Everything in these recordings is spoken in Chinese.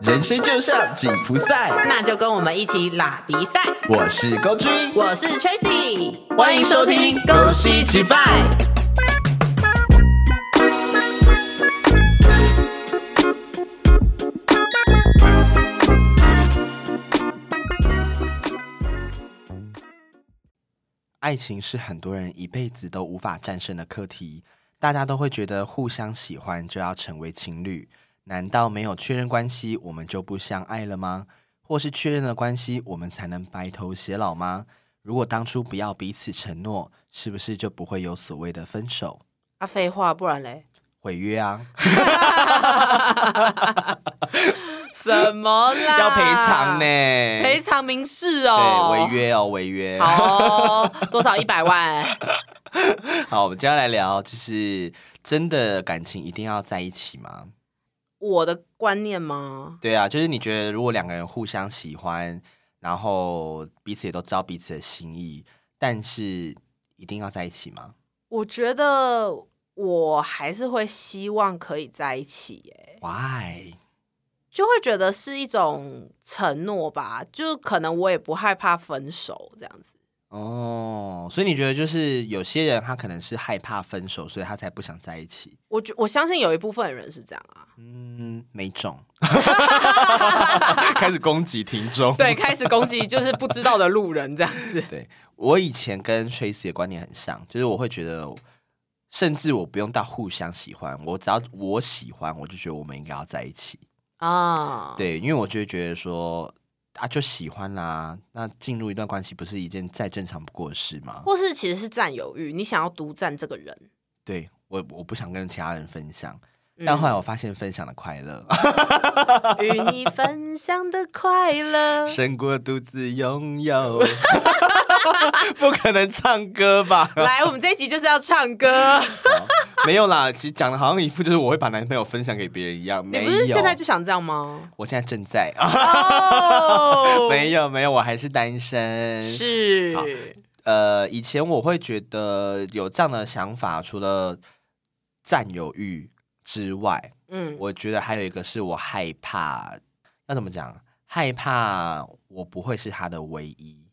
人生就像紧箍赛。那就跟我们一起拉迪赛。我是高君，我是 Tracy，欢迎收听《恭恭喜喜击击败败》。》。爱情是很多人一辈子都无法战胜的课题，大家都会觉得互相喜欢就要成为情侣，难道没有确认关系我们就不相爱了吗？或是确认了关系我们才能白头偕老吗？如果当初不要彼此承诺，是不是就不会有所谓的分手、啊，废话，不然嘞？毁约啊？ 什么啦？ 要赔偿呢？？赔偿民事啊 哦。对，违。约哦，违约。好哦、多少一百万？ 好，我们接下来聊，就是真的感情一定要在一起吗？我的观念吗？对啊，就是你觉得如果两个人互相喜欢，然后彼此也都知道彼此的心意，但是一定要在一起吗？我觉得我还是会希望可以在一起耶、 ？Why？就会觉得是一种承诺吧，就可能我也不害怕分手这样子。哦、所以你觉得就是有些人他可能是害怕分手，所以他才不想在一起。我觉我相信有一部分人是这样 啊，嗯，没种， 开始攻击听众。。对，开始攻击就是不知道的路人这样子对我以前跟 Tracy 的观念很像，就是我会觉得，甚至我不用到互相喜欢，我只要我喜欢，我就觉得我们应该要在一起。 啊，，对，因为我就会觉得说啊，就喜欢啦、那进入一段关系不是一件再正常不过的事吗？或是其实是占有欲，你想要独占这个人。对我，我不想跟其他人分享，嗯但后来我发现分享的快乐， 与你分享的快乐 胜过独自拥有。 不可能唱歌吧？ 来，我们这一集就是要唱 歌。没有啦，其实讲的好像一副就是我会把男朋友分享给别人一样。你没不有，是现在就想这样吗？我现在正在 哦 没有没有，我还是单身。是好呃，以前我会觉得有这样的想法，除了占有欲之外，嗯，我觉得还有一个是我害怕，要怎么讲？害怕我不会是他的唯一。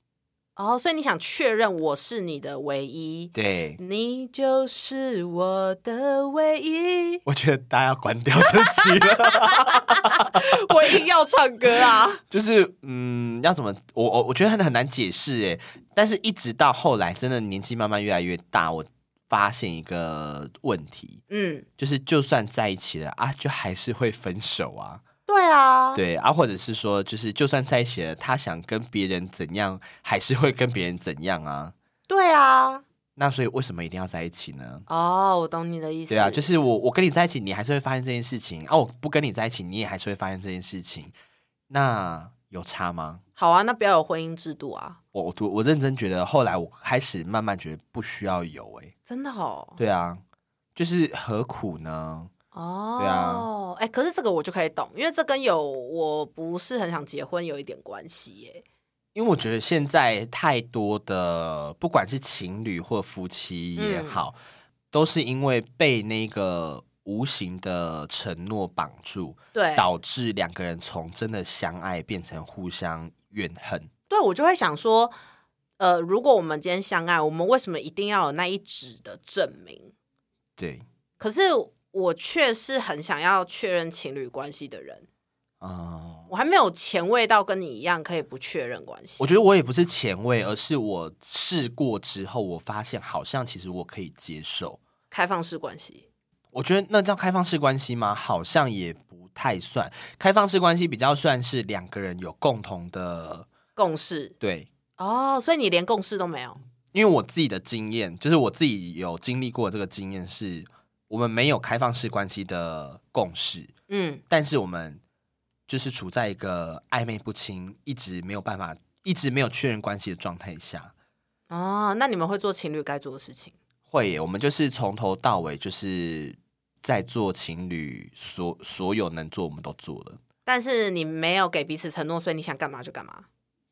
哦，所以你想确认我是你的唯一，对，。你就是我的唯一我觉得大家要关掉这集了。 我硬要唱歌啊！就是，嗯，要怎么？我我我觉得很很难解释诶。但是一直到后来，真的年纪慢慢越来越大，我发现一个问题，嗯，就是就算在一起了啊，就还是会分手啊。对啊，对啊，或者是说，就是就算在一起了，他想跟别人怎样，还是会跟别人怎样啊。对啊。那所以为什么一定要在一起呢？哦，我懂你的意思。对啊，就是我我跟你在一起，你还是会发现这件事情啊；我不跟你在一起，你也还是会发现这件事情。那有差吗？好啊，那不要有婚姻制度啊，我我我认真觉得，后来我开始慢慢觉得不需要有诶、真的哦。对啊，就是何苦呢？哦，对啊哎、可是这个我就可以懂，因为这跟有我不是很想结婚有一点关系耶。因为我觉得现在太多的，不管是情侣或夫妻也好，都是因为被那个无形的承诺绑住，对，导致两个人从真的相爱变成互相怨恨。对我就会想说，呃，如果我们今天相爱，我们为什么一定要有那一纸的证明？对，可是我却是很想要确认情侣关系的人，嗯，我还没有前卫到跟你一样可以不确认关系我。觉得我也不是前卫，而是我试过之后，我发现好像其实我可以接受。开放式关系，我觉得那叫开放式关系吗？好像也不太算。开放式关系比较算是两个人有共同的共识对哦，所以你连共识都没有因为我自己的经验，就是我自己有经历过这个经验是，我们没有开放式关系的共识，嗯，但是我们就是处在一个暧昧不清，一直没有办法，一直没有确认关系的状态下。哦，那你们会做情侣该做的事情会耶，我们就是从头到尾就是在做情侣所所有能做我们都做了，但是你没有给彼此承诺，所以你想干嘛就干嘛，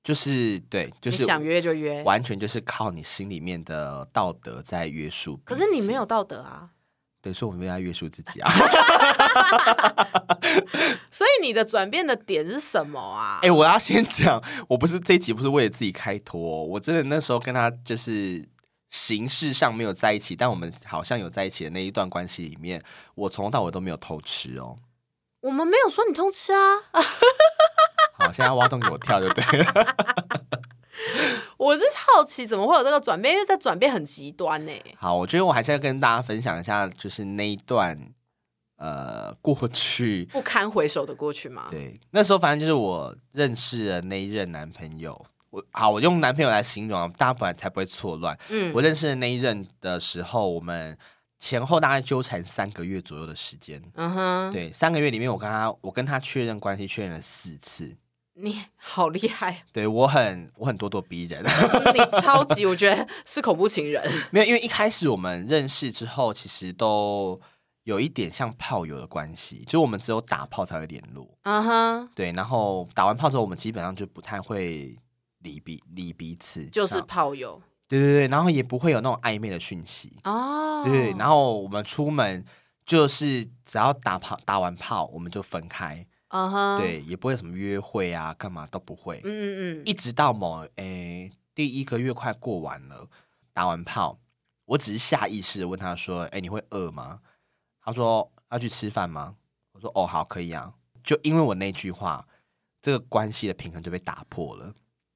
就是对，就是你想约就约。完全就是靠你心里面的道德在约束彼此。可是你没有道德啊，对，所以我们不要约束自己啊。所以你的转变的点是什么啊？哎、我要先讲，我不是这一集不是为了自己开脱哦、我真的那时候跟他就是形式上没有在一起，但我们好像有在一起的那一段关系里面，我从头到尾都没有偷吃哦。我们没有说你通吃啊， 好，现在挖洞给我跳就对了。 我是好奇怎么会有这个转变，因为这转变很极端呢、好，我觉得我还是要跟大家分享一下，就是那一段呃过去，不堪回首的过去吗？对，那时候反正就是我认识的那一任男朋友。我好，我用男朋友来形容啊，大家本来才不会错乱。嗯我认识的那一任的时候，我们前后大概纠缠三个月左右的时间。嗯哼，对，三个月里面，我跟他，我跟他确认关系确认了四次。你好厉害，啊对我很，我很咄咄逼人。 你超级，我觉得是恐怖情人。没有，因为一开始我们认识之后，其实都有一点像炮友的关系，就我们只有打炮才会联络。嗯哼，对，然后打完炮之后，我们基本上就不太会理彼理彼此，就是这样炮友对对对，然后也不会有那种暧昧的讯息。哦。对，然后我们出门就是只要打炮打完炮，我们就分开，嗯哼，，对，也不会有什么约会啊，干嘛都不会。嗯嗯嗯，一直到某诶第一个月快过完了，打完炮，我只是下意识的问他说：“诶，你会饿吗？”他说：“要去吃饭吗？”我说：“哦，好，可以啊。”就因为我那句话，这个关系的平衡就被打破了。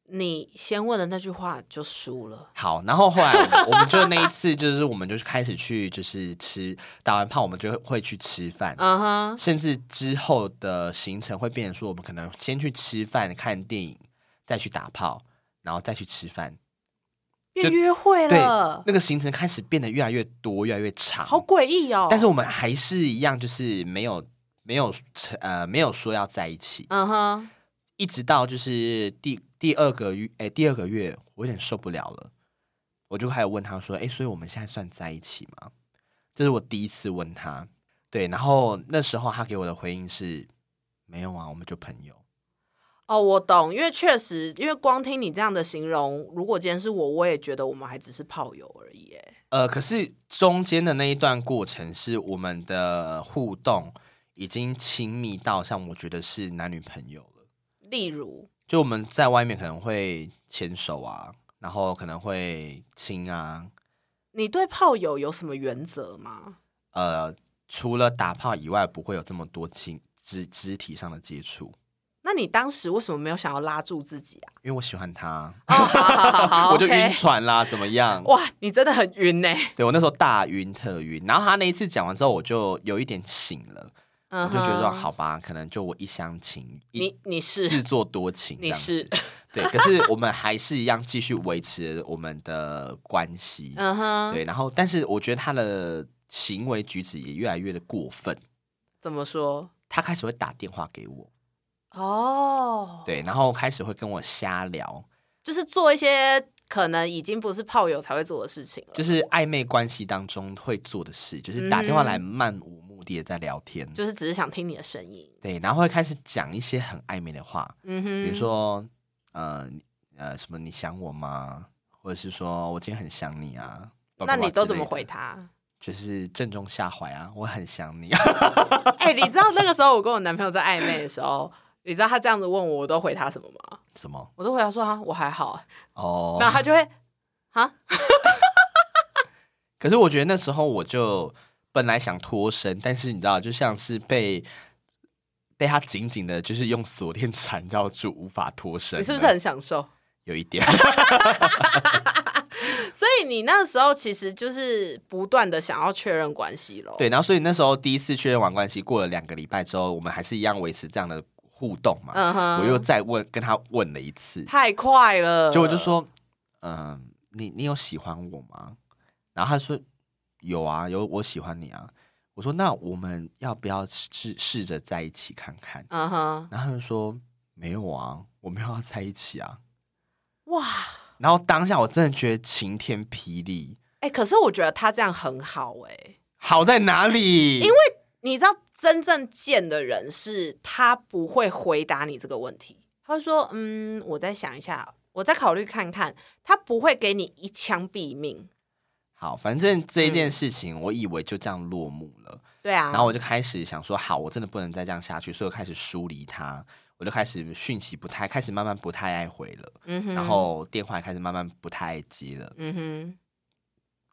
你先问的那句话就输了。好，然后后来我们我们就那一次，就是我们就开始去，就是吃打完炮，我们就会去吃饭，嗯哼，甚至之后的行程会变成说，我们可能先去吃饭、看电影，再去打炮，然后再去吃饭。变约会对了，，那个行程开始变得越来越多，越来越长。好诡异哦。但是我们还是一样，就是没有没有呃没有说要在一起，嗯哼，一直到就是第第二个月，哎，第二个月我有点受不了了，我就开始问他说，哎，所以我们现在算在一起吗？这是我第一次问他，对，然后那时候他给我的回应是没有啊，我们就朋友。哦，我懂，因为确实，因为光听你这样的形容，如果今天是我，我也觉得我们还只是炮友而已。哎，呃，可是中间的那一段过程是我们的互动已经亲密到像我觉得是男女朋友了。例如，就我们在外面可能会牵手啊，然后可能会亲啊，你对炮友有什么原则吗？呃，除了打炮以外，不会有这么多亲肢肢体上的接触，那你当时为什么没有想要拉住自己啊？因为我喜欢他，哦，好好好好 我就 OK 晕船啦，怎么样？哇，你真的很晕呢。对我那时候大晕特晕，然后他那一次讲完之后，我就有一点醒了，嗯我就觉得说哼，好吧，可能就我一厢情，一你你是自作多情，你是，对，可是我们还是一样继续维持我们的关系，嗯哼，对，然后但是我觉得他的行为举止也越来越的过分，怎么说？他开始会打电话给我，哦，对，然后开始会跟我瞎聊，就是做一些可能已经不是炮友才会做的事情了。就是暧昧关系当中会做的事，就是打电嗯话来漫无目的的在聊天，就是只是想听你的声音。对，然后会开始讲一些很暧昧的话，嗯哼，比如说呃你呃什么你想我吗？或者是说我今天很想你啊。叭叭那叭你都之怎类么的回？他？就是正中下怀啊， 我很想你。哎、你知道那个时候我跟我男朋友在暧昧的时候，你知道他这样子问我，我都回他什么吗？什么？我都回答说啊，我还好。哦，然后他就 会啊，可是我觉得那时候我就本来想脱身，但是你知道，就像是被被他紧紧的，就是用锁链缠绕住，无法脱身。你是不是很享受？有一点？所以你那时候其实就是不断的想要确认关系咯。，对，然后所以那时候第一次确认完关系，过了两个礼拜之后，我们还是一样维持这样的互动嘛。嗯哼，我又再问跟他问了一次，太快了，结果就说：“嗯、你你有喜欢我吗？”然后他说：“有啊，有我喜欢你啊。”我说：“那我们要不要试试着在一起看看？”嗯哼，然后他就说没有啊，我没有要在一起啊。哇，然后当下我真的觉得晴天霹雳，哎、可是我觉得他这样很好哎、好在哪里？因为你知道真正贱的人是他不会回答你这个问题，他会说：“嗯，我再想一下，我再考虑看看。”他不会给你一枪毙命。好，反正这一件事情，我以为就这样落幕了。对啊，然后我就开始想说，好，我真的不能再这样下去，所以我开始疏离他，我就开始讯息不太，开始慢慢不太爱回了，嗯哼，然后电话也开始慢慢不太爱接了。嗯哼，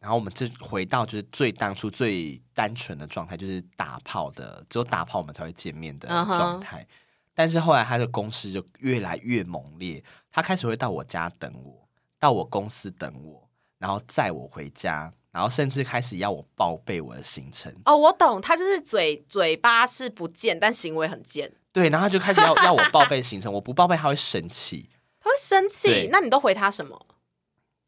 然后我们这回到就是最当初最单纯的状态，就是打炮的，只有打炮我们才会见面的嗯哼状态。但是后来他的攻势就越来越猛烈，他开始会到我家等我，到我公司等我，然后载我回家，然后甚至开始要我报备我的行程。哦，我懂，他就是嘴嘴巴是不贱，但行为很贱，对，然后他就开始要 要我报备行程，我不报备他会生气。他会生气对。那你都回他什么？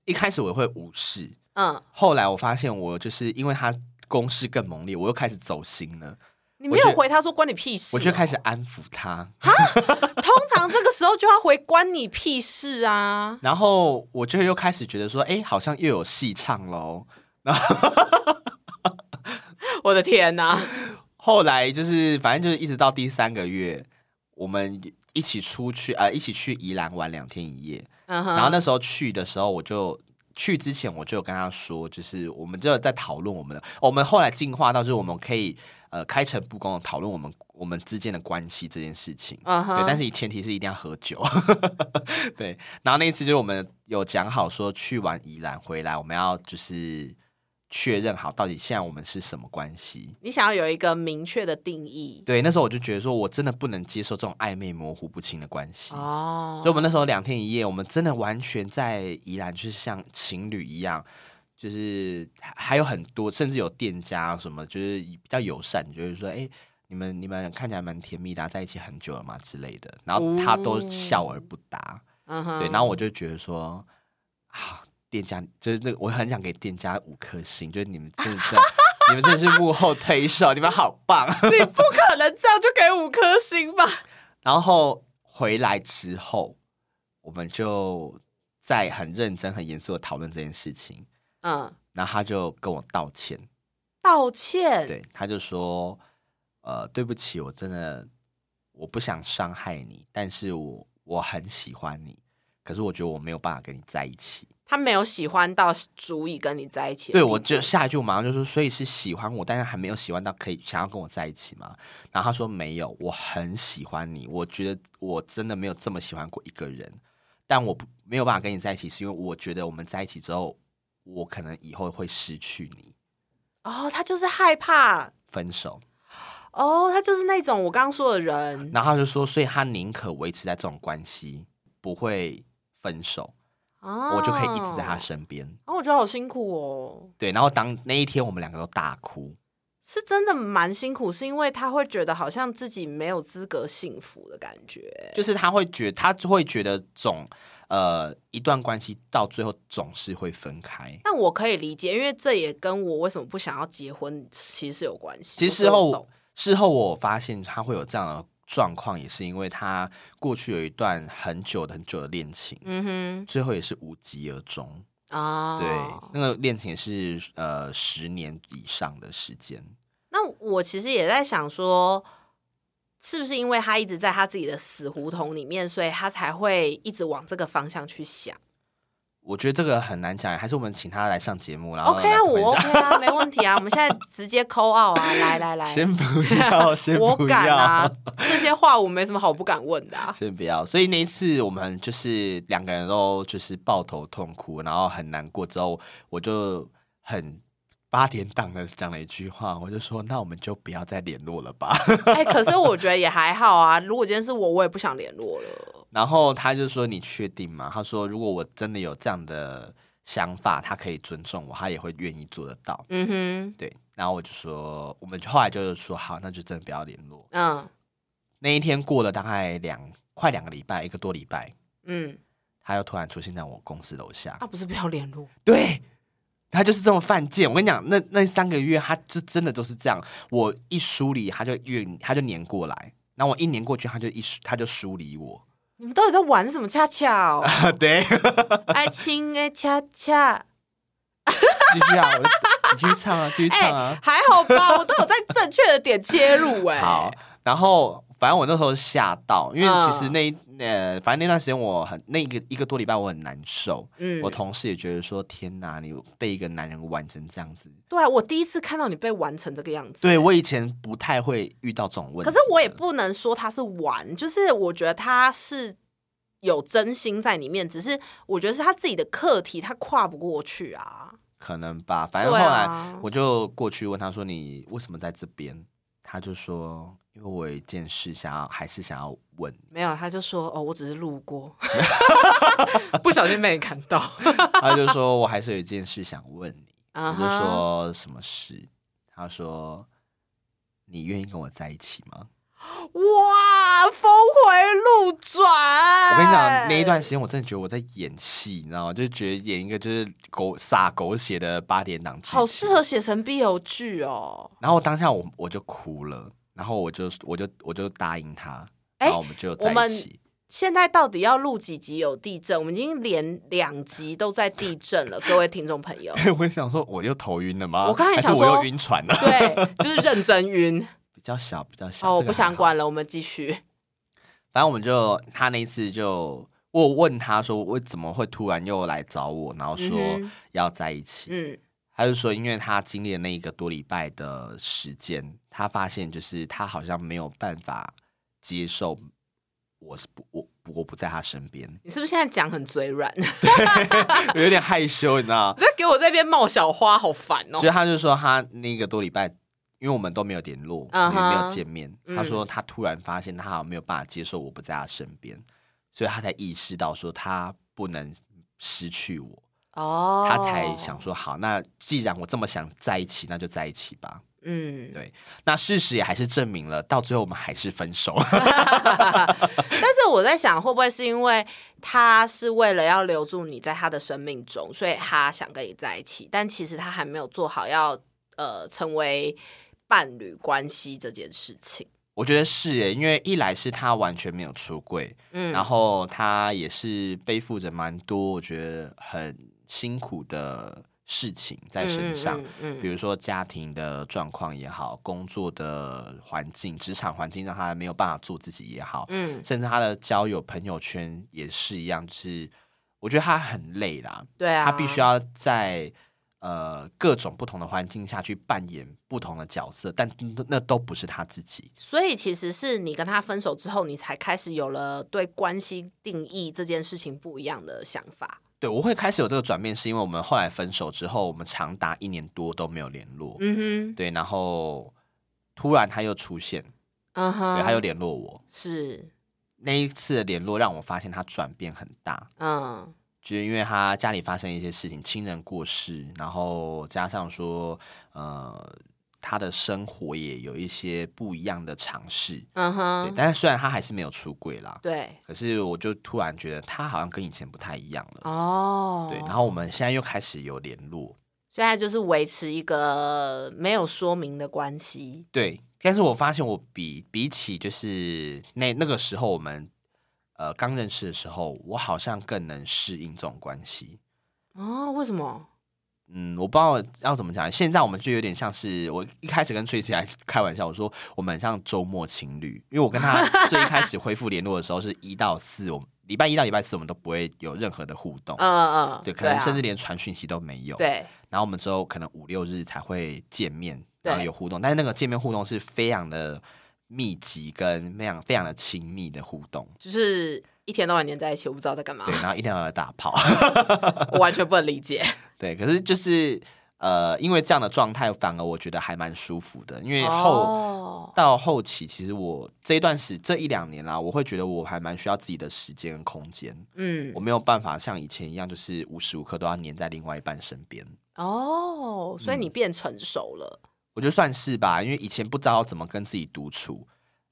一开始我也会无视，嗯，后来我发现我就是因为他攻势更猛烈，我又开始走心了，你没我有觉回他说关你屁事哦、我就开始安抚他。通常这个时候就要回关你屁事啊！然后我就又开始觉得说，哎，好像又有戏唱喽。我的天哪、后来就是，反正就是一直到第三个月，我们一起出去，呃，一起去宜兰玩两天一夜。嗯然后哼，那时候去的时候，我就去之前我就有跟他说，就是我们就有在讨论我们的，我们后来进化到就是我们可以呃开诚布公的讨论我们我们之间的关系这件事情。嗯对，但哼，是前提是一定要喝酒。 对，然后那一次就是我们有讲好说，去完宜兰回来，我们要就是确认好到底现在我们是什么关系。你想要有一个明确的定义对，那时候我就觉得说，我真的不能接受这种暧昧模糊不清的关系。哦所以，我们那时候两天一夜，我们真的完全在宜兰，就是像情侣一样，就是还还有很多，甚至有店家什么，就是比较友善，就是说，哎、你们你们看起来蛮甜蜜的啊、在一起很久了嘛之类的。然后他都笑而不答，嗯哼，对，然后我就觉得说，啊，店家就是那个，我很想给店家五颗星，就是 你们真的在，你们真的是幕后推手，你们好棒。 你不可能这样就给五颗星吧？然后回来之后，我们就在很认真、很严肃的讨论这件事情。嗯，然后他就跟我道歉，道歉，对，他就说：“呃，对不起，我真的我不想伤害你，但是我我很喜欢你，可是我觉得我没有办法跟你在一起。他没有喜欢到足以跟你在一起的对地步。我就下一句我马上就说，所以是喜欢我，但是还没有喜欢到可以想要跟我在一起吗？然后他说没有，我很喜欢你，我觉得我真的没有这么喜欢过一个人，但我不没有办法跟你在一起，是因为我觉得我们在一起之后，我可能以后会失去你，哦，他就是害怕，分手。哦，他就是那种我刚刚说的人。然后他就说，所以他宁可维持在这种关系，不会分手，哦我就可以一直在他身边。然后、我觉得好辛苦哦，对，然后当那一天我们两个都大哭，是真的蛮辛苦，是因为他会觉得好像自己没有资格幸福的感觉。就是他会觉他会觉得总呃一段关系到最后总是会分开。但我可以理解，因为这也跟我为什么不想要结婚其实是有关系。其实我事都懂后事后我发现他会有这样的状况，也是因为他过去有一段很久的很久的恋情，嗯最后也是无疾而终。哼，啊、对，那个恋情是呃十年以上的时间。那我其实也在想说，是不是因为他一直在他自己的死胡同里面，所以他才会一直往这个方向去想我觉得这个很难讲，还是我们请他来上节目，然后？OK 来啊，分我享 OK 啊，没问题啊，我们现在直接扣 out 啊，来来来，先不要，先我不敢要啊，这些话我没什么好不敢问的、啊。先不要。所以那一次我们就是两个人都就是抱头痛哭，然后很难过。之后我就很八点档的讲了一句话，我就说：“那我们就不要再联络了吧。 哎、可是我觉得也还好啊。如果今天是我，我也不想联络了。”然后他就说：“你确定吗？”他说：“如果我真的有这样的想法，他可以尊重我，他也会愿意做得到。嗯”对。然后我就说，我们后来就是说好，那就真的不要联络哼，。嗯那一天过了大概两快两个礼拜，一个多礼拜，嗯，他又突然出现在我公司楼下。啊，不是不要联络，对，他就是这么犯贱。我跟你讲，那那三个月，他就真的都是这样。我一疏离，他就越他就黏过来，然后我一黏过去，他就一疏他就疏 离我。你们到底在玩什么恰恰、哦？ 对，爱情哎恰恰。继续啊，我你继续唱啊，继续哎、唱啊。还好吧，我都有在正确的点切入哎、嗯好，然后反正我那时候吓到，因为其实那一、呃，反正那段时间我很那一个一个多礼拜我很难受，嗯我同事也觉得说天哪，你被一个男人玩成这样子。对啊，我第一次看到你被玩成这个样子。对我以前不太会遇到这种问题可的，是我也不能说他是玩，就是我觉得他是有真心在里面，只是我觉得是他自己的课题，他跨不过去啊。可能吧，反正后对来啊我就过去问他说：“你为什么在这边？”他就说：“因为我有一件事想要，还是想要问你。没有，他就说哦，我只是路过， 不小心被你看 到。”他就说：“我还是有一件事想问你。”我我就，说：“什么事？”他说：“你愿意跟我在一起吗？”哇，峰回路转。我我跟你讲，那一段时间我真的觉得我在演戏，你知道吗？就觉得演一个就是狗撒狗血的八点档，好适合。写成 BL 剧哦。然后当下我我就哭了，然后我就我就我就答应他，哎然后我们就在我一们起。现在到底要录几集有地震？我们已经连两集都在地震了，各位听众 朋友。我想说，我又头晕了吗？我刚才还是想我说又晕船 了。对，就是认真 晕。比较小，比较小。哦好，我这个不还想好。管了，我们继续。反正我们就他那一次就我问他说，我怎么会突然又来找我，然后说嗯哼要在一起？嗯，，他就说，因为他经历了那一个多礼拜的时间，他发现就是他好像没有办法接受我是不我我不在他身边 你是不是现在讲很嘴软？ 有点害羞，你知道吗？在给我这边冒小花，好烦哦所以。他就说他那个多礼拜，因为我们都没有联络，嗯也哼没有见面。嗯他说他突然发现他好像没有办法接受我不在他身边，所以他才意识到说他不能失去我，哦，他才想，说好，那既然我这么想在一起，那就在一起吧。嗯，对那事实也还是证明了，到最后我们还是分手。 但是我在想，会不会是因为他是为了要留住你在他的生命中，所以他想跟你在一起，但其实他还没有做好要呃成为伴侣关系这件事情。我觉得是耶，因为一来是他完全没有出柜，嗯，然后他也是背负着蛮多我觉得很辛苦的事情在身嗯上，嗯嗯比如说家庭的状况也好，工作的环境、职场环境让他没有办法做自己也好，嗯，甚至他的交友朋友圈也是一样，就是我觉得他很累啦，对啊，他必须要在。呃，各种不同的环境下去扮演不同的角色，但那那都不是他自己。所以其实是你跟他分手之后，你才开始有了对关系定义这件事情不一样的想法。对，我会开始有这个转变，是因为我们后来分手之后，我们长达一年多都没有联络。嗯哼，对，然后突然他又出现，嗯对，哼，他又联络嗯我。是，那一次的联络让我发现他转变很大，嗯就是因为他家里发生一些事情，亲人过世，然后加上说，呃，他的生活也有一些不一样的尝试。嗯对，哼，但是虽然他还是没有出柜啦，对，可是我就突然觉得他好像跟以前不太一样了。哦，对，然后我们现在又开始有联络，现在就是维持一个没有说明的关系。对，但是我发现我比比起就是那那个时候我们呃刚认识的时候，我好像更能适应这种关系。哦，为什么？嗯，我不知道要怎么讲。现在我们就有点像是我一开始跟崔 r 来开玩笑，我说我们很像周末情侣，因为我 跟他最一开始恢复联络的时候是一到四，我们礼拜一到礼拜四我们都不会有任何的互动，嗯嗯，对，可能啊甚至连传讯息都没有。对，然后我们之后可能五六日才会见面，对然后有互动，但是那个见面互动是非常的密集跟非常非常的亲密的互动，就是一天到晚黏在一起，我不知道在干嘛对，，然后一定要有打炮， 我完全不能理解。对，可是就是呃，因为这样的状态，反而我觉得还蛮舒服的，因为后。哦，到后期，其实我这一段时这一两年啦，我会觉得我还蛮需要自己的时间跟空间，嗯我，没有办法像以前一样，就是无时无刻都要黏在另外一半身边。哦，所以你变成熟了。我觉得算是吧，因为以前不知道怎么跟自己独处，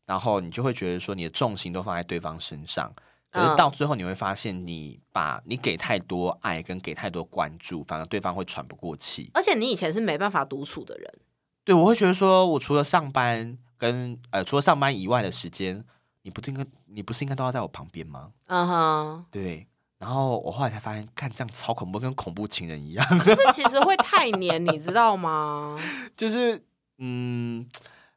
然后你就会觉得说你的重心都放在对方身上，可是嗯到最后你会发现，你把你给太多爱跟给太多关注，反而对方会喘不过气。而且你以前是没办法独处的人，对我会觉得说，我除了上班跟呃除了上班以外的时间，你不是应该你不是应该都要在我旁边吗？嗯哼，对。然后我后来才发现，看这样超恐怖，跟恐怖情人一样， 就是其实会太黏，你知道吗？就是嗯，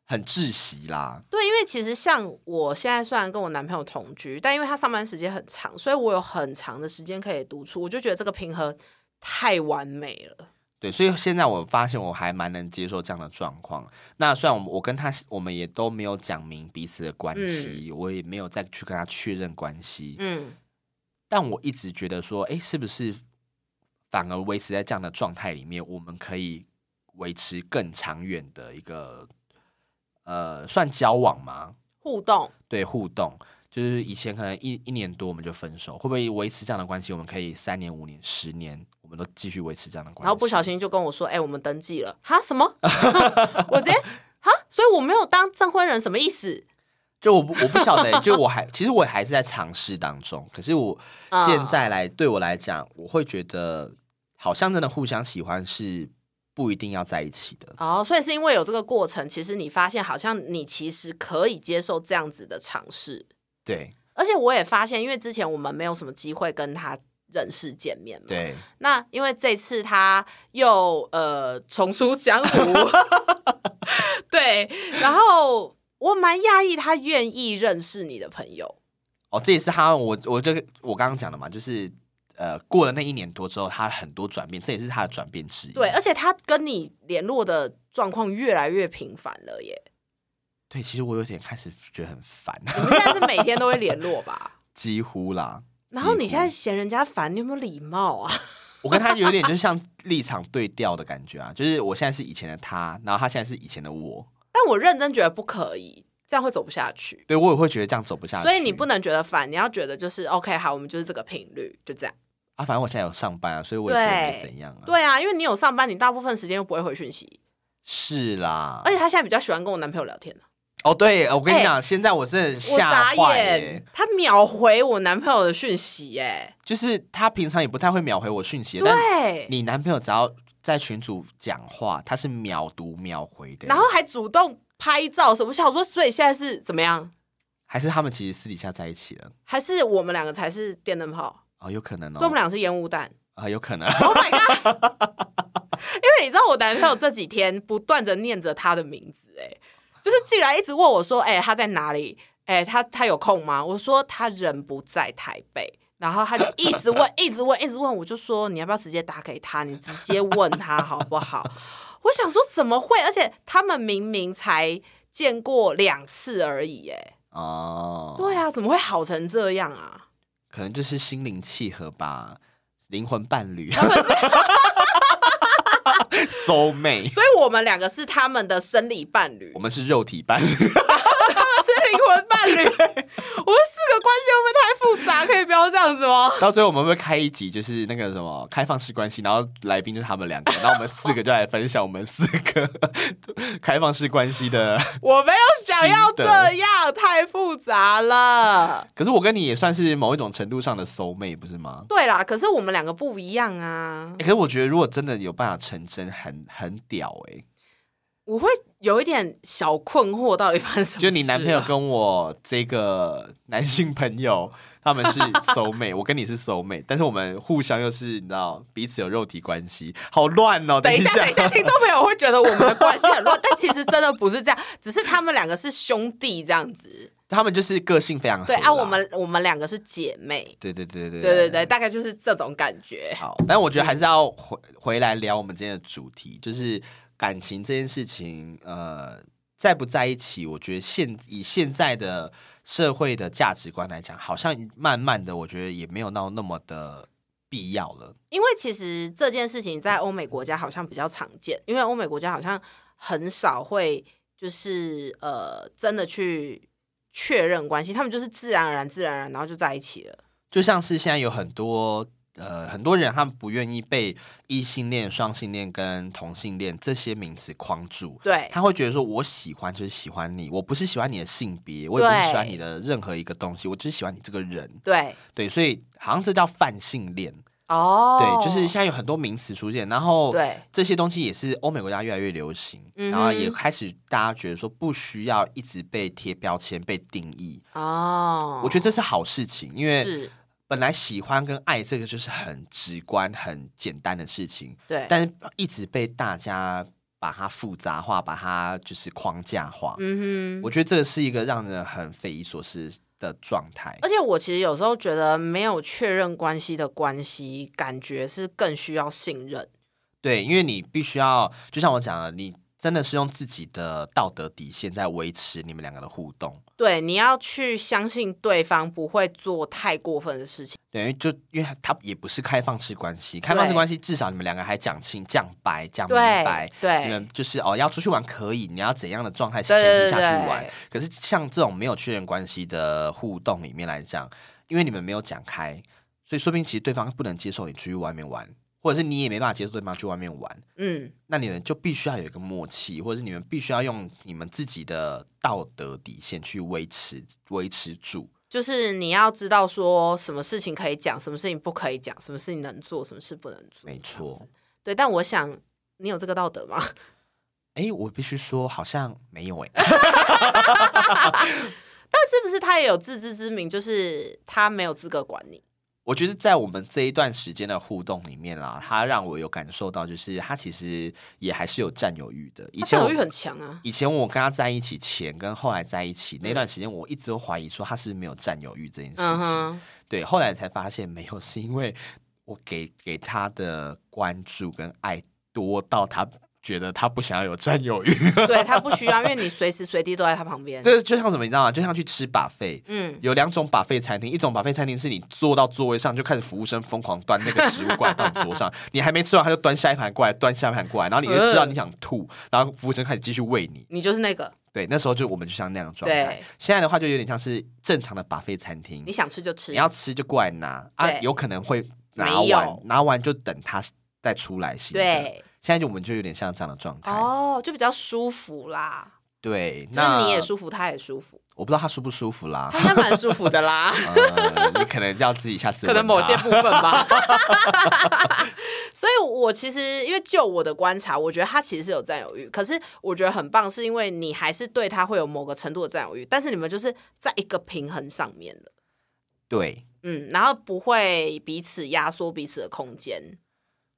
很窒息啦。 对，因为其实像我现在虽然跟我男朋友同居，但因为他上班时间很长，所以我有很长的时间可以独处，我就觉得这个平衡太完美了。对，所以现在我发现我还蛮能接受这样的状况。那虽然我们我跟他我们也都没有讲明彼此的关系，我也没有再去跟他确认关系，嗯，但我一直觉得说，哎，是不是反而维持在这样的状态里面，我们可以维持更长远的一个呃，算交往吗？互动对，互动。就是以前可能一一年多我们就分手，会不会维持这样的关系？我们可以三年、五年、十年，我们都继续维持这样的关系。然后不小心就跟我说：“哎、我们登记了。”哈，什么？ 我直接哈，所以我没有当证婚人，什么意思？ 就我不我不晓得，就我还其实我还是在尝试当中，可是我啊现在来、对我来讲，我会觉得好像真的互相喜欢是不一定要在一起的，哦，所以是因为有这个过程，其实你发现好像你其实可以接受这样子的尝试，对而且我也发现，因为之前我们没有什么机会跟他认识见面嘛，对，那因为这次他又呃重出江湖，对，然后我蛮讶异他愿意认识你的朋友，哦，这也是他我我就我刚刚讲的嘛，就是呃过了那一年多之后，他很多转变，这也是他的转变之一，对，而且他跟你联络的状况越来越频繁了耶，对，其实我有点开始觉得很烦， 你们现在是每天都会联络吧？几乎啦，然后你现在嫌人家烦，你有没有礼貌啊？我跟他有点就是像立场对调的感觉啊，就是我现在是以前的他，然后他现在是以前的我。但我认真觉得不可以，这样会走不下去。对，我也会觉得这样走不下去。所以你不能觉得烦，你要觉得就是 OK，好，我们就是这个频率，就这样。啊，反正我现在有上班啊，所以我也觉得没怎样啊。，对啊，因为你有上班，你大部分时间又不会回讯息，是啦。而且他现在比较喜欢跟我男朋友聊天了啊哦，对，我跟你讲，现在我真的我吓傻坏、眼欸，，他秒回我男朋友的讯息、哎，就是他平常也不太会秒回我讯息，但对，你男朋友只要在群组讲话，他是秒读秒回的。然后还主动拍照什么，我想说，所以现在是怎么样？还是他们其实私底下在一起了。还是我们两个才是电灯泡，哦，有可能所以我哦们，两个是烟雾弹。啊，有可能， Oh my god！因为你知道我男朋友这几天不断的念着他的名字、哎，就是竟然一直问我说，哎、他在哪里？哎、他他有空吗？我说他人不在台北。然后他就一直问，一直问，一直问，我就说你要不要直接打给他？你直接问他好不好？我想说怎么会？而且他们明明才见过两次而已，哎，哦，对，啊，怎么会好成这样啊？可能就是心灵契合吧，灵魂伴侣 ，soul mate，所以我们两个是他们的生理伴侣我，们是肉体伴侣。 是灵魂伴侣。我们四个关系会不会太复杂？可以不要这样子吗？到最后我们会不会开一集，就是那个什么开放式关系，然后来宾就是他们两个，然后我们四个就来分享我们四个 开放式关系的。我没有想要这样，太复杂了。可是我跟你也算是某一种程度上的 soul mate，不是吗？对啦，可是我们两个不一样啊欸、。可是我觉得，如果真的有办法成真，很很屌哎、我会有一点小困惑，到底发生什么事、就你男朋友，跟我这个 男性朋友，他们 是 soul mate，我跟你是 soul mate，但是我们互相又是你知道彼此有肉体关系，好乱哦！ 等一一 下，等一下，听众朋友会觉得我们的关系很乱，但其实真的不是这样，只是他们两个是兄弟这样子。他们就是个性非常合对啊，啦我们我们两个是姐妹。对对对对对对对，大概就是这种感觉。好，但我觉得还是要回回来聊我们今天的主题，就是感情这件事情，呃，在不在一起，我觉得现以现在的社会的价值观来讲，好像慢慢的，我觉得也没有到那么的必要了。因为其实这件事情在欧美国家好像比较常见，因为欧美国家好像很少会就是呃真的去确认关系，他们就是自然而然、自然而然，然后就在一起了。就像是现在有很多呃很多人，他们不愿意被异性恋、双性恋跟同性恋这些名词框住，对，他会觉得说，我喜欢就是喜欢你，我不是喜欢你的性别，我也不是喜欢你的任何一个东西，我只是喜欢你这个人。对，对，所以好像这叫泛性恋。哦，对，就是现在有很多名词出现，然后对这些东西也是欧美国家越来越流行，嗯哼然后也开始大家觉得说不需要一直被贴标签、被定义。哦，我觉得这是好事情，因为是本来喜欢跟爱这个就是很直观、很简单的事情，对，但是一直被大家把它复杂化，把它就是框架化。嗯哼。我觉得这是一个让人很匪夷所思的状态。而且我其实有时候觉得没有确认关系的关系，感觉是更需要信任。对，因为你必须要，就像我讲的，你真的是用自己的道德底线在维持你们两个的互动。对，你要去相信对方不会做太过分的事情。等于就因为它也不是开放式关系，开放式关系至少你们两个还讲清、讲白、讲明白对。你对们就是哦，要出去玩可以，你要怎样的状态前对对提下去玩对？可是像这种没有确认关系的互动里面来讲，因为你们没有讲开，所以说不定其实对方不能接受你出去外面玩，或者是你也没办法接受对方去外面玩。嗯，那你们就必须要有一个默契，或者是你们必须要用你们自己的道德底线去维持维持住。就是你要知道说什么事情可以讲，什么事情不可以讲，什么事情能做，什么事不能做。没错。对，但我想你有这个道德吗？ 哎、我必须说，好像没有哎、但是不是他也有自知之明，就是他没有资格管你。 我觉得在我们这一段时间的互动里面啦，他让我有感受到，就是他其实也还是有占有欲的。以他前占我有欲很强啊。以前我跟他在一起前跟后来在一起那段时间，我一直都怀疑说他是不是没有占有欲这件事情。嗯哼，对，后来才发现没有，是因为我给给他的关注跟爱多到他觉得他不想要有占有欲。 对他不需要，因为你随时随地都在他旁边。这就像什么，你知道吗？就像去吃把费。嗯，有两种把费餐厅，一种把费餐厅是你坐到座位上就开始服务生疯狂端那个食物过来到你桌上，你还没吃完他就端下一盘过来，端下一盘过来，然后你就吃到你想吐，然后服务生开始继续喂你。你就是那个，对，那时候就我们就像那样的状态对。现在的话就有点像是正常的把费餐厅你，想吃就吃你。要吃就过来拿啊，对有可能会拿没完有，拿完就等它再出来新的。，对，现在就我们就有点像这样的状态。哦，就比较舒服啦，对，就是那啊你也舒服，他也舒服，我不知道他舒不舒服啦 他。应该蛮舒服的 啦。呃，你可能要自己下次可能问某他些部分吧。 所以，我其实因为就我的观察，我觉得他其实是有占有欲，可是我觉得很棒，是因为你还是对他会有某个程度的占有欲，但是你们就是在一个平衡上面的，对，嗯，然后不会彼此压缩彼此的空间，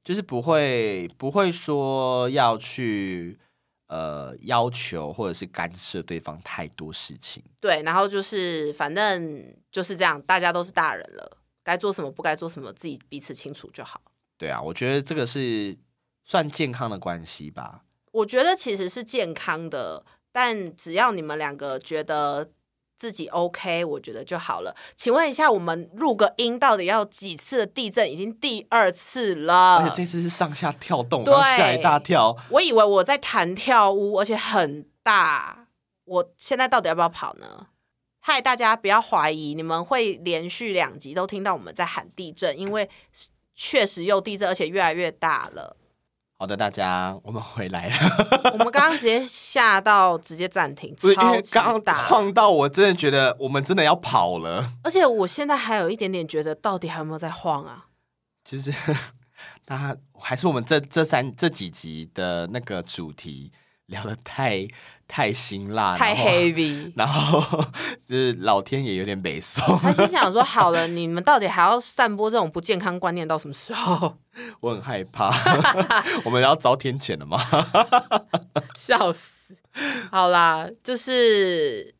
就是不会不会说要去呃要求或者是干涉对方太多事情。对，然后就是反正就是这样，大家都是大人了，该做什么不该做什么，自己彼此清楚就好。对啊，我觉得这个是算健康的关系吧。我觉得其实是健康的，但只要你们两个觉得自己 OK，我觉得就好了。请问一下，我们录个音到底要几次的地震？已经第二次而了且。这次是上下跳动，我对刚吓一大跳。我以为我在弹跳屋，而且很大。我现在到底要不要跑呢？嗨，大家不要怀疑，你们会连续两集都听到我们在喊地震，因为确实又地震，而且越来越大了。好的，大家，我们回来了。我们刚刚直接吓到，直接暂停，不是因超为级刚刚大。晃到我，真的觉得我们真的要跑了。而且我现在还有一点点觉得，到底还有没有在晃啊？就是 大家还是我们这这三这几集的那个主题聊的太太辛辣，太啊然后 heavy。 然后就是老天也有点北宋， 他心想说：“好了，你们到底还要散播这种不健康观念到什么时候？ 我很害怕。 我们要遭天谴了吗？笑死！好啦，就是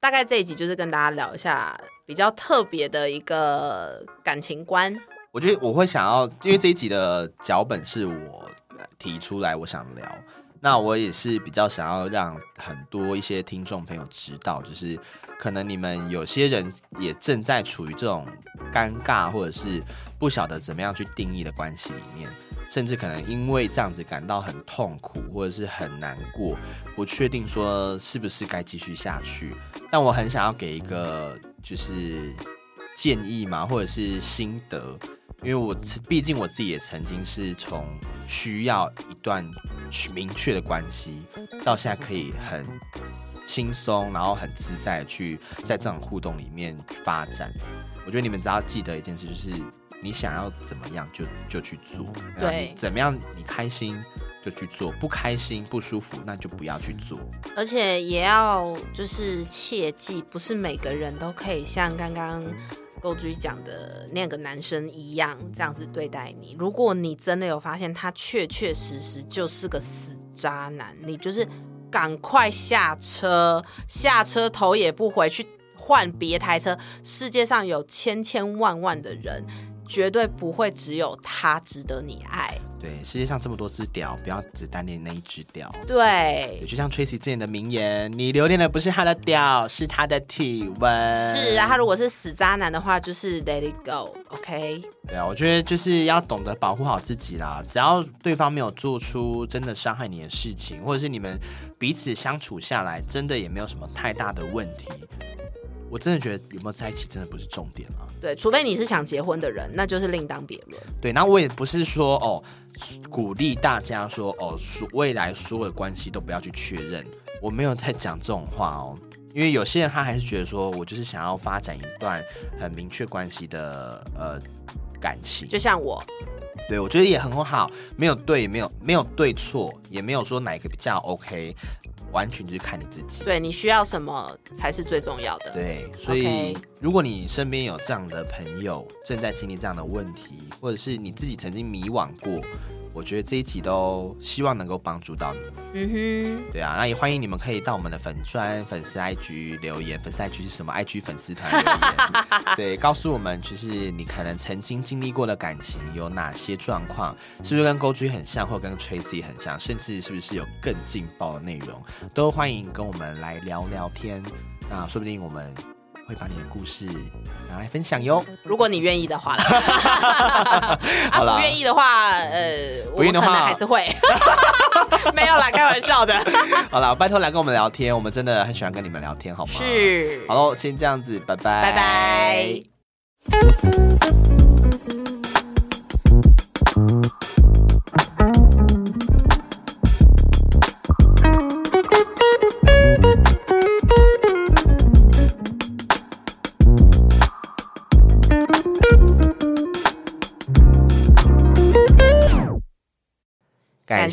大概这一集就是跟大家聊一下比较特别的一个感情观。我觉得我会想要，因为这一集的脚本是我提出来，我想聊。那我也是比较想要让很多一些听众朋友知道，就是可能你们有些人也正在处于这种尴尬，或者是不晓得怎么样去定义的关系里面，甚至可能因为这样子感到很痛苦，或者是很难过，不确定说是不是该继续下去。但我很想要给一个就是建议嘛，或者是心得，因为我自毕竟我自己也曾经是从需要一段明确的关系，到现在可以很轻松，然后很自在地去在这种互动里面发展。我觉得你们只要记得一件事，就是你想要怎么样就就去做，然后你对怎么样你开心就去做，不开心不舒服那就不要去做。而且也要就是切记，不是每个人都可以像刚刚构居讲的那个男生一样这样子对待你。如果你真的有发现他确确实实就是个死渣男，你就是赶快下车，下车头也不回去换别台车。世界上有千千万万的人，绝对不会只有他值得你爱。对，世界上这么多只屌，不要只单恋那一只屌。对也，就像 Tracy 之前的名言：“你留恋的不是他的屌，是他的体温。”是啊，他如果是死渣男的话，就是 let it go，OK、对啊，我觉得就是要懂得保护好自己啦。只要对方没有做出真的伤害你的事情，或者是你们彼此相处下来，真的也没有什么太大的问题。我真的觉得有没有在一起真的不是重点啊。对，除非你是想结婚的人，那就是另当别论。对，然后我也不是说哦，鼓励大家说哦，所未来所有的关系都不要去确认，我没有在讲这种话哦。因为有些人他还是觉得说，我就是想要发展一段很明确关系的呃感情，就像我，对，我觉得也很好，没有对，没有没有对错，也没有说哪一个比较 OK，完全就是看你自己。对你需要什么才是最重要的。对，所以 OK 如果你身边有这样的朋友正在经历这样的问题，或者是你自己曾经迷惘过，我觉得这一集都希望能够帮助到你。嗯对啊，那也欢迎你们可以到我们的粉专、粉丝 IG 留言，粉丝 IG 是什么？IG 粉丝团留 言，对，告诉我们就是你可能曾经经历过的感情有哪些状况，是不是跟 Go 追很像，或跟 Tracy 很像，甚至是不是有更劲爆的内容，都欢迎跟我们来聊聊天。那说不定我们会把你的故事拿来分享哟。哼，如果你愿意的话啦， 好啦啊，不愿意的话，呃，不愿意的话我可能还是会， 没有啦，开玩笑的，好了，拜托来跟我们聊天，我们真的很喜欢跟你们聊天，好吗？。是，好喽，先这样子，拜拜拜，拜。感